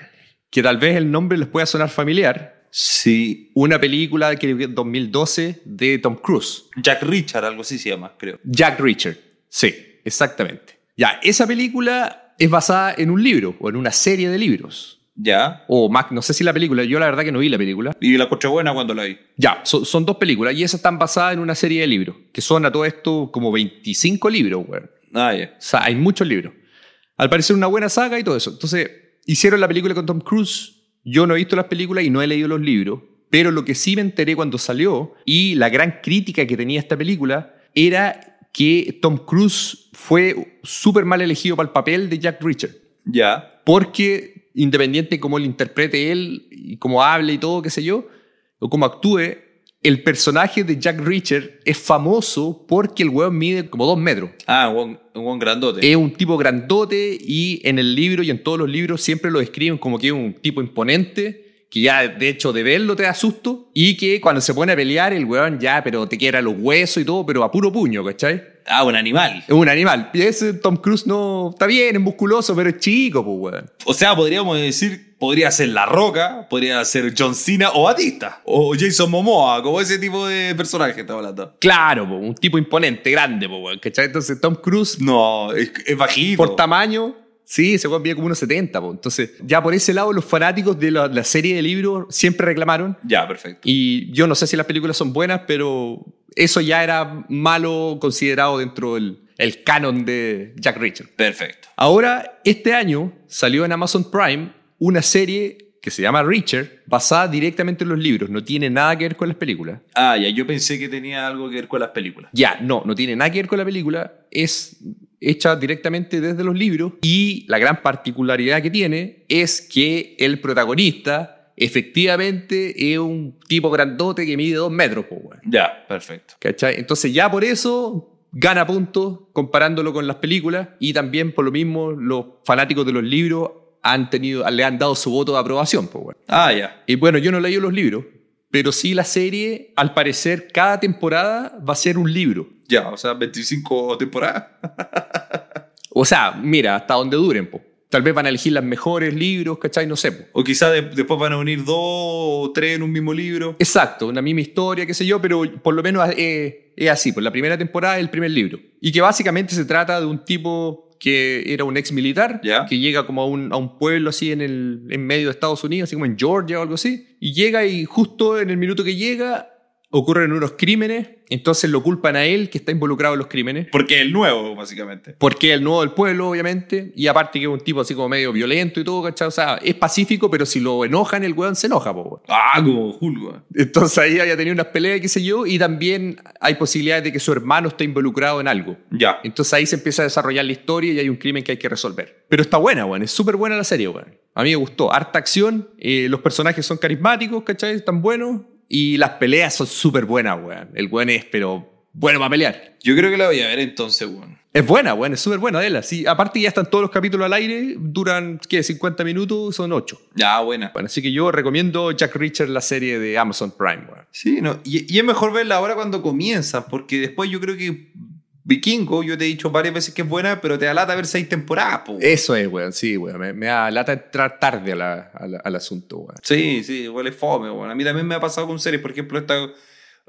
S1: que tal vez el nombre les pueda sonar familiar.
S2: Sí.
S1: Una película que de 2012 de Tom Cruise.
S2: Jack Richard, algo así se llama, creo.
S1: Jack Richard. Sí, exactamente. Ya, esa película es basada en un libro o en una serie de libros.
S2: Ya.
S1: O más, no sé si la película, yo la verdad que no vi la película.
S2: Y la coche buena cuando la vi.
S1: Ya, so- son dos películas y esas están basadas en una serie de libros, que son a todo esto como 25 libros, güey. O
S2: Ah, ya.
S1: sea, hay muchos libros. Al parecer una buena saga y todo eso. Entonces, hicieron la película con Tom Cruise. Yo no he visto las películas y no he leído los libros, pero lo que sí me enteré cuando salió y la gran crítica que tenía esta película era que Tom Cruise fue súper mal elegido para el papel de Jack Richard
S2: Ya.
S1: porque independiente cómo lo interprete él y cómo hable y todo, qué sé yo, o cómo actúe, el personaje de Jack Richard es famoso porque el weón mide como dos metros.
S2: Ah, un, buen- un buen grandote.
S1: Es un tipo grandote y en el libro y en todos los libros siempre lo describen como que es un tipo imponente, que ya de hecho de verlo te da susto y que cuando se pone a pelear el weón ya, pero te quiebra los huesos y todo, pero a puro puño, ¿cachai?
S2: Ah, un animal.
S1: Es un animal. Y ese Tom Cruise no está bien, es musculoso, pero es chico, pues weón.
S2: O sea, podríamos decir, podría ser La Roca, podría ser John Cena o Batista, o Jason Momoa, como ese tipo de personaje está hablando.
S1: Claro, po, un tipo imponente, grande, po, weón, ¿cachai? Entonces Tom Cruise,
S2: No, es, es bajito.
S1: por tamaño, sí, se mide como unos 70, po. Entonces, ya por ese lado, los fanáticos de la, la serie de libros siempre reclamaron.
S2: ya, perfecto.
S1: Y yo no sé si las películas son buenas, pero eso ya era malo considerado dentro del el canon de Jack Richard.
S2: Perfecto.
S1: Ahora, este año salió en Amazon Prime una serie que se llama Richard, basada directamente en los libros, no tiene nada que ver con las películas.
S2: Ah, ya, yo pensé que tenía algo que ver con las películas.
S1: Ya, no, no tiene nada que ver con la película, es hecha directamente desde los libros y la gran particularidad que tiene es que el protagonista efectivamente es un tipo grandote que mide dos metros, po, weón.
S2: Ya, perfecto.
S1: ¿cachai? Entonces ya por eso gana puntos comparándolo con las películas y también por lo mismo los fanáticos de los libros han tenido, le han dado su voto de aprobación, po, weón.
S2: Ah, ya.
S1: Y bueno, yo no leí los libros, pero sí la serie, al parecer, cada temporada va a ser un libro.
S2: Ya, o sea, 25 temporadas.
S1: O sea, mira, hasta donde duren, po. Tal vez van a elegir los mejores libros, ¿cachai? No sé, pues. po.
S2: O quizás de- después van a unir dos o tres en un mismo libro.
S1: Exacto, una misma historia, qué sé yo, pero por lo menos eh, es así, por la primera temporada es el primer libro. Y que básicamente se trata de un tipo que era un ex militar,
S2: Ya.
S1: que llega como a un, a un pueblo así en, el, en medio de Estados Unidos, así como en Georgia o algo así, y llega y justo en el minuto que llega ocurren unos crímenes, entonces lo culpan a él que está involucrado en los crímenes.
S2: Porque es el nuevo, básicamente.
S1: Porque el nuevo del pueblo, obviamente, y aparte que es un tipo así como medio violento y todo, ¿cachai? O sea, es pacífico, pero si lo enojan, el weón se enoja, po, weón.
S2: Ah, como Julgo.
S1: Entonces ahí había tenido unas peleas, qué sé yo, y también hay posibilidades de que su hermano esté involucrado en algo.
S2: Ya.
S1: Entonces ahí se empieza a desarrollar la historia y hay un crimen que hay que resolver. Pero está buena, weón. Es súper buena la serie, weón. A mí me gustó. Harta acción, eh, los personajes son carismáticos, ¿cachai? Están buenos. Y las peleas son súper buenas, weón. El weón es, pero bueno para pelear.
S2: Yo creo que la voy a ver entonces, weón.
S1: Es buena, weón, es súper buena, Adela. Sí, aparte ya están todos los capítulos al aire, duran, ¿qué? 50 minutos, son 8.
S2: Ya, buena.
S1: Bueno, así que yo recomiendo Jack Richard, la serie de Amazon Prime, weón.
S2: Sí, no. Y, y es mejor verla ahora cuando comienza, porque después yo creo que Vikingo, yo te he dicho varias veces que es buena, pero te da lata ver seis temporadas, po.
S1: Eso es, weón, sí, weón. Me, me da lata entrar tarde a la- a la- al asunto, weón.
S2: Sí, sí, igual es fome, weón. A mí también me ha pasado con series, por ejemplo, esta.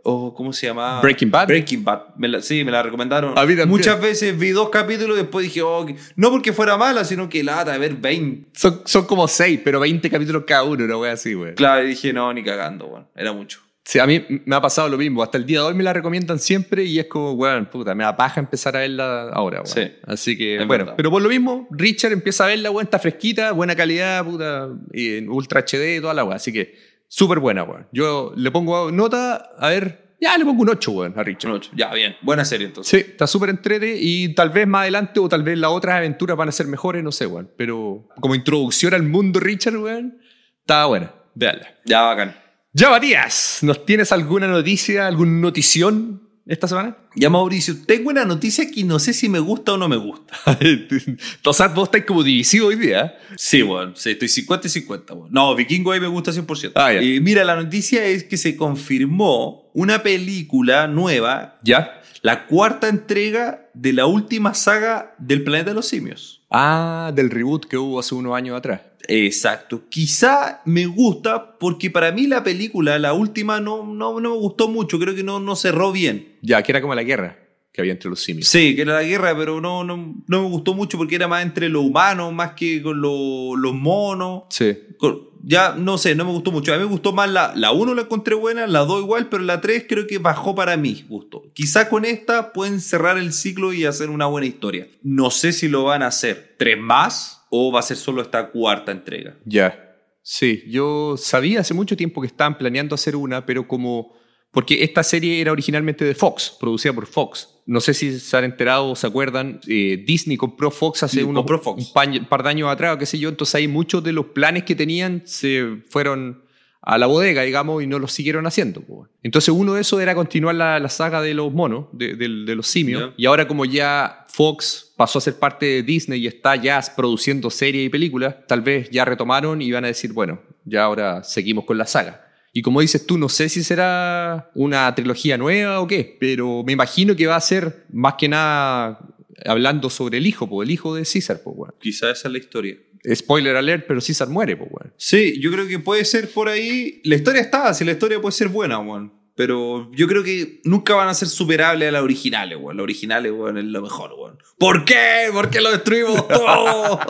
S2: Oh, ¿Cómo se llamaba?
S1: Breaking Bad.
S2: Breaking Bad. Me la- sí, me la recomendaron.
S1: A mí también.
S2: Muchas veces vi dos capítulos y después dije, oh, que- no porque fuera mala, sino que lata de ver 20.
S1: Son, son como 6, pero 20 capítulos cada uno, una weón así, weón.
S2: Claro, y dije, no, ni cagando, weón. Era mucho.
S1: Sí, a mí me ha pasado lo mismo. Hasta el día de hoy me la recomiendan siempre y es como, weón, puta, me da paja empezar a verla ahora, weón.
S2: Sí.
S1: Así que,
S2: Es
S1: bueno,
S2: verdad.
S1: pero por lo mismo, Richard empieza a verla, weón, está fresquita, buena calidad, puta, y en Ultra HD y toda la weón. Así que, súper buena, weón. Yo le pongo nota, a ver, ya le pongo un 8, weón, a Richard.
S2: Mucho. Ya, bien. Buena serie entonces.
S1: Sí, está súper entrete y tal vez más adelante o tal vez las otras aventuras van a ser mejores, no sé, weón. Pero como introducción al mundo Richard, weón, está buena. Veanla.
S2: Ya, bacán.
S1: Ya, Matías, ¿nos tienes alguna noticia, algún notición esta semana?
S2: Ya, Mauricio, tengo una noticia que no sé si me gusta o no me gusta.
S1: Entonces, vos estás como divisivo hoy día. ¿eh?
S2: Sí, weón. Sí, estoy 50 y 50, weón. No, Vikingo ahí me gusta 100%.
S1: Ah, ya.
S2: Y mira, la noticia es que se confirmó una película nueva,
S1: ¿Ya?
S2: la cuarta entrega de la última saga del Planeta de los Simios.
S1: Ah, del reboot que hubo hace unos años atrás.
S2: Exacto. Quizá me gusta porque para mí la película, la última, no, no, no me gustó mucho. Creo que no, no cerró bien.
S1: Ya, que era como la guerra que había entre los simios.
S2: Sí, que era la guerra, pero no, no, no me gustó mucho porque era más entre los humanos, más que con lo- los monos.
S1: Sí.
S2: Con- Ya, no sé, no me gustó mucho. A mí me gustó más la, la 1, la encontré buena, la 2 igual, pero la 3 creo que bajó para mi gusto. Quizá con esta pueden cerrar el ciclo y hacer una buena historia. No sé si lo van a hacer tres más o va a ser solo esta cuarta entrega.
S1: Ya. Sí, yo sabía hace mucho tiempo que estaban planeando hacer una, pero como... Porque esta serie era originalmente de Fox, producida por Fox. No sé si se han enterado o se acuerdan, eh, Disney compró Fox hace
S2: Sí,
S1: unos
S2: compró Fox.
S1: un pañ- par de años atrás, o qué sé yo. Entonces ahí muchos de los planes que tenían se fueron a la bodega, digamos, y no los siguieron haciendo. po, weón. Entonces uno de esos era continuar la, la saga de los monos, de, del- de los simios.
S2: Ya.
S1: Y ahora como ya Fox pasó a ser parte de Disney y está ya produciendo series y películas, tal vez ya retomaron y van a decir, bueno, ya ahora seguimos con la saga. Y como dices tú, no sé si será una trilogía nueva o qué, pero me imagino que va a ser más que nada hablando sobre el hijo, po, el hijo de César, po, weón.
S2: Quizá esa es la historia.
S1: Spoiler alert, pero César muere, po, weón.
S2: Sí, yo creo que puede ser por ahí. La historia está, si la historia puede ser buena, weón. Pero yo creo que nunca van a ser superables a las originales, weón. Las originales, weón, es lo mejor, weón. ¿Por qué? ¿Por qué lo destruimos todo?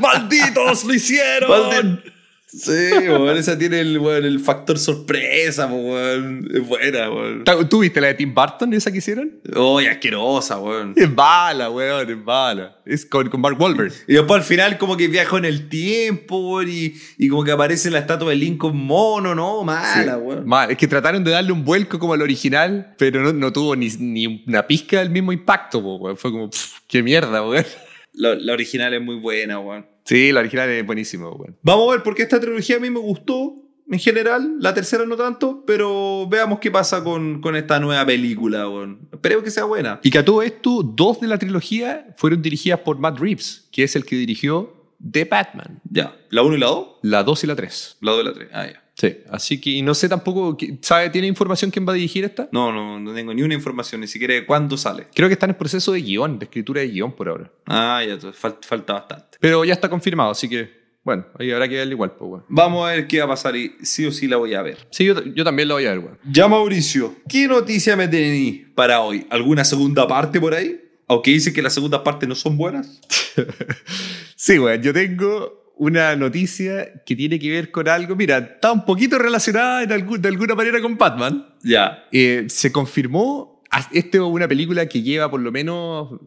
S1: ¡Malditos lo hicieron!
S2: Maldi- Sí, weón, esa tiene el, weón, el factor sorpresa, po, weón. Es buena, weón.
S1: Ta- ¿Tú viste la de Tim Burton, esa que hicieron?
S2: Oh, y asquerosa, weón.
S1: Es bala, weón, es bala. Es con, con Mark Wahlberg.
S2: Y después al final como que viajó en el tiempo, weón, y, y como que aparece la estatua de Lincoln mono, ¿no? Mala,
S1: Sí.
S2: weón.
S1: Mal. Es que trataron de darle un vuelco como al original, pero no, no tuvo ni, ni una pizca del mismo impacto, po, weón. Fue como, pff, qué mierda, weón.
S2: La, la original es muy buena, weón.
S1: Sí, la original es buenísimo, weón.
S2: Vamos a ver, porque esta trilogía a mí me gustó en general, la tercera no tanto, pero veamos qué pasa con, con esta nueva película, weón. Espero que sea buena.
S1: Y que a todo esto, dos de la trilogía fueron dirigidas por Matt Reeves, que es el que dirigió The Batman,
S2: Ya, la 1 y la 2,
S1: la 2 y la 3.
S2: la 2 y la 3. Ah, ya.
S1: Sí, así que y no sé tampoco, qui- ¿sabe? ¿Tiene información quién va a dirigir esta?
S2: No, no, no tengo ni una información, ni siquiera de cuándo sale.
S1: Creo que está en el proceso de guión, de escritura de guión por ahora.
S2: Ah, ya, entonces fal- falta bastante.
S1: Pero ya está confirmado, así que, bueno, ahí habrá que verlo igual, pues, weón.
S2: Vamos a ver qué va a pasar y sí o sí la voy a ver.
S1: Sí, yo, yo también lo voy a ver, weón.
S2: Ya, Mauricio, ¿qué noticia me tenéis para hoy? ¿Alguna segunda parte por ahí? Aunque dicen que las segundas partes no son buenas.
S1: Sí, weón, yo tengo una noticia que tiene que ver con algo, mira, está un poquito relacionada en algún- de alguna manera con Batman.
S2: Ya.
S1: Eh, se confirmó, a- este es una película que lleva por lo menos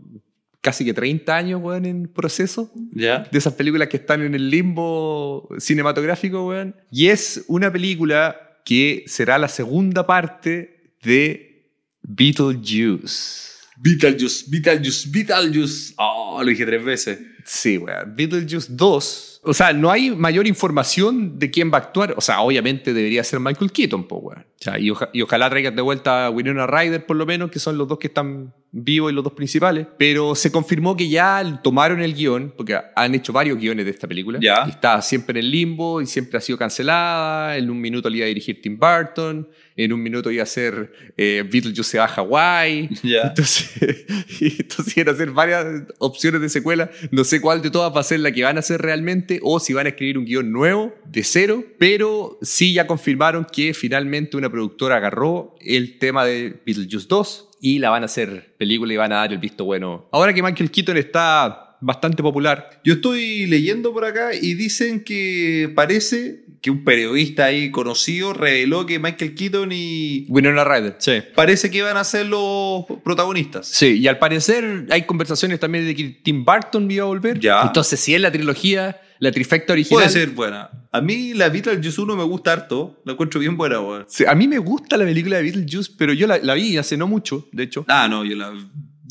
S1: casi que 30 años, weón, en proceso.
S2: Ya.
S1: De esas películas que están en el limbo cinematográfico, weón. Y es una película que será la segunda parte de Beetlejuice.
S2: Beetlejuice, Beetlejuice, Beetlejuice. Oh, lo dije tres veces.
S1: Sí, weón. Beetlejuice 2 O sea, no hay mayor información de quién va a actuar. O sea, obviamente debería ser Michael Keaton, po, weón. O sea, y, oja- y ojalá traigan de vuelta a Winona Ryder, por lo menos, que son los dos que están vivos y los dos principales. Pero se confirmó que ya tomaron el guión, porque han hecho varios guiones de esta película.
S2: Ya.
S1: Y está siempre en el limbo y siempre ha sido cancelada. En un minuto le iba a dirigir Tim Burton. En un minuto iba a ser eh, Beetlejuice se va a Hawái.
S2: Ya.
S1: Entonces, y entonces iban a hacer varias opciones de secuela. No sé cuál de todas va a ser la que van a hacer realmente o si van a escribir un guión nuevo de cero, pero sí ya confirmaron que finalmente una productora agarró el tema de Beetlejuice 2 y la van a hacer película y van a dar el visto bueno. Ahora que Michael Keaton está bastante popular,
S2: Yo estoy leyendo por acá y dicen que parece que un periodista ahí conocido reveló que Michael Keaton y
S1: Winona Ryder. Sí.
S2: parece que van a ser los protagonistas.
S1: Sí, y al parecer hay conversaciones también de que Tim Burton iba a volver.
S2: Ya.
S1: Entonces, si es la trilogía, la trifecta original.
S2: Puede ser buena. A mí la Beetlejuice 1 me gusta harto, la encuentro bien buena, weón.
S1: Sí, a mí me gusta la película de Beetlejuice, pero yo la, la vi hace no mucho, de hecho.
S2: Ah, no, yo la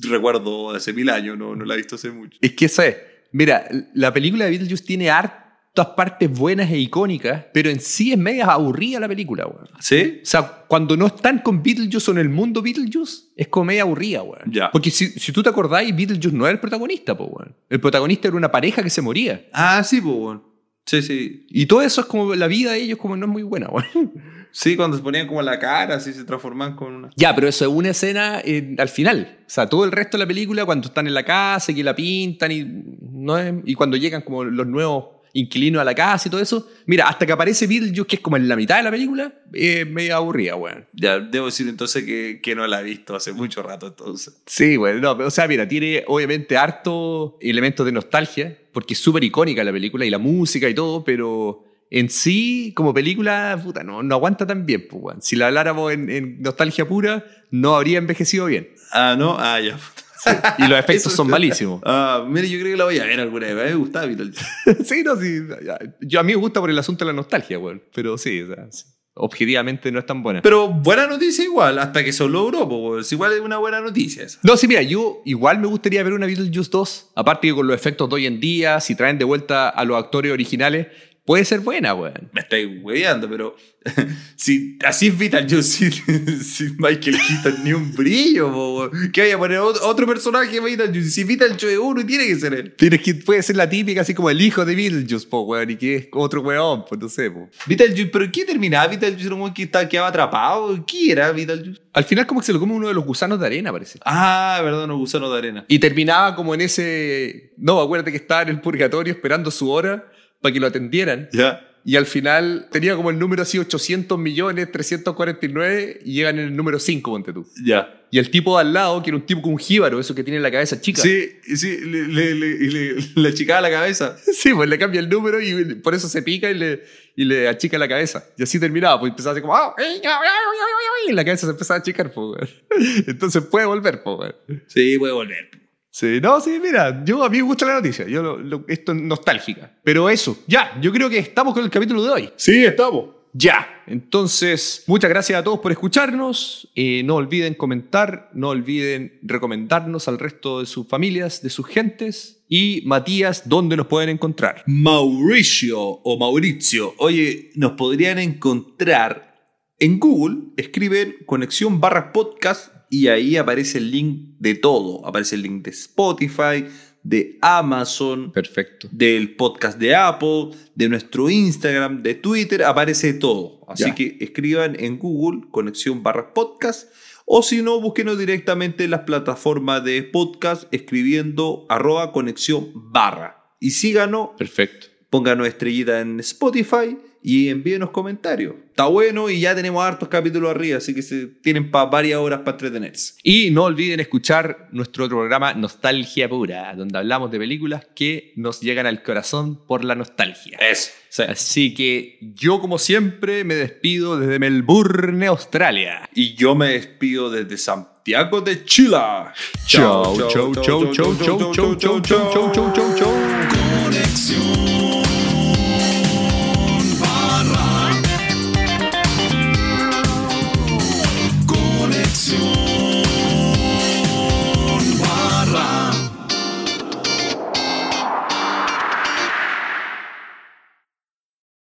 S2: recuerdo hace mil años, no, no la he visto hace mucho.
S1: Es que esa es. Mira, la película de Beetlejuice tiene hartas partes buenas e icónicas, pero en sí es media aburrida la película, weón.
S2: ¿Sí?
S1: O sea, cuando no están con Beetlejuice o en el mundo Beetlejuice, es como media aburrida, weón.
S2: Ya.
S1: Porque si, si tú te acordáis, Beetlejuice no era el protagonista, po, weón. El protagonista era una pareja que se moría.
S2: Ah, sí, pues, weón. Sí, sí.
S1: Y todo eso es como la vida de ellos como no es muy buena, weón.
S2: Sí, cuando se ponían como la cara, así se transformaban con una...
S1: Ya, pero eso es una escena eh, al final. O sea, todo el resto de la película, cuando están en la casa y que la pintan y, no es- y cuando llegan como los nuevos inquilinos a la casa y todo eso. Mira, hasta que aparece Beetlejuice, que es como en la mitad de la película, eh, medio aburrida, weón.
S2: Ya, debo decir entonces que, que no la he visto hace mucho rato entonces.
S1: Sí, weón. No, pero, o sea, mira, tiene obviamente harto elementos de nostalgia, porque es súper icónica la película y la música y todo, pero en sí, como película, puta, no, no aguanta tan bien, pues, weón. Si la habláramos en- en nostalgia pura, no habría envejecido bien.
S2: Ah, ¿no? Ah, ya.
S1: Y los efectos son malísimos.
S2: Ah, mire, yo creo que la voy a ver alguna vez. A mí me gustaba Beetlejuice.
S1: sí, no, sí. ya, Yo, a mí me gusta por el asunto de la nostalgia, güey. Pero sí, o sea, sí, objetivamente no es tan buena.
S2: Pero buena noticia igual, hasta que solo Europa, pues. Igual es una buena noticia esa.
S1: no, sí, mira, yo igual me gustaría ver una Beetlejuice 2. Aparte que con los efectos de hoy en día, si traen de vuelta a los actores originales, puede ser buena, güey.
S2: Me estáis hueveando, pero si así es Beetlejuice sin, sin Michael Keaton ni un brillo, po, que vaya a poner ot- otro personaje Beetlejuice. Si Beetlejuice es uno, tiene que ser él.
S1: Tienes que puede ser la típica, así como el hijo de Beetlejuice, po, güey, y que es otro weón, pues no sé, po.
S2: Beetlejuice, pero ¿qué terminaba Beetlejuice? ¿Era un weón que estaba, quedaba atrapado? ¿Qué era Beetlejuice?
S1: Al final como que se lo come uno de los gusanos de arena, parece.
S2: Ah, perdón, los gusanos de arena.
S1: Y terminaba como en ese... No, acuérdate que estaba en el purgatorio esperando su hora para que lo atendieran.
S2: Ya.
S1: Y al final tenía como el número así 800 millones 349 y llegan en el número 5, ponte tú.
S2: Ya.
S1: Y el tipo de al lado, que era un tipo con un jíbaro, eso que tiene en la cabeza chica.
S2: Sí, sí, le, le, le, le- le achicaba la cabeza.
S1: Sí, pues le cambia el número y por eso se pica y le, y le achica la cabeza. Y así terminaba, pues empezaba así como... "Ah, eh, ah, ah, ah, ah", Y la cabeza se empezaba a achicar, pues. weón. Entonces puede volver, pues. weón.
S2: Sí, puede volver.
S1: Sí, no, sí, mira, yo a mí me gusta la noticia, yo lo- lo- esto es nostálgica. Pero eso, ya, yo creo que estamos con el capítulo de hoy.
S2: Sí, estamos.
S1: Ya. Entonces, muchas gracias a todos por escucharnos. Eh, no olviden comentar, no olviden recomendarnos al resto de sus familias, de sus gentes. Y Matías, ¿dónde nos pueden encontrar?
S2: Mauricio o Mauricio. Oye, nos podrían encontrar en Google, escriben conexión barra podcast y ahí aparece el link de todo. Aparece el link de Spotify, de Amazon,
S1: Perfecto.
S2: del podcast de Apple, de nuestro Instagram, de Twitter, aparece todo. Así
S1: Ya.
S2: que escriban en Google conexión barra podcast o si no, búsquenos directamente en las plataformas de podcast escribiendo arroba conexión barra. Y síganos
S1: Perfecto.
S2: pónganos estrellita en Spotify y envíenos comentarios. Está bueno y ya tenemos hartos capítulos arriba, así que se tienen para varias horas para entretenerse.
S1: Y no olviden escuchar nuestro otro programa Nostalgia Pura, donde hablamos de películas que nos llegan al corazón por la nostalgia.
S2: Eso.
S1: Así que yo, como siempre, me despido desde Melbourne, Australia.
S2: Y yo me despido desde Santiago de Chile.
S1: Chau, chau, chau, chau, chau, chau, chau, chau, chau, chau, chau, chau.
S3: Conexión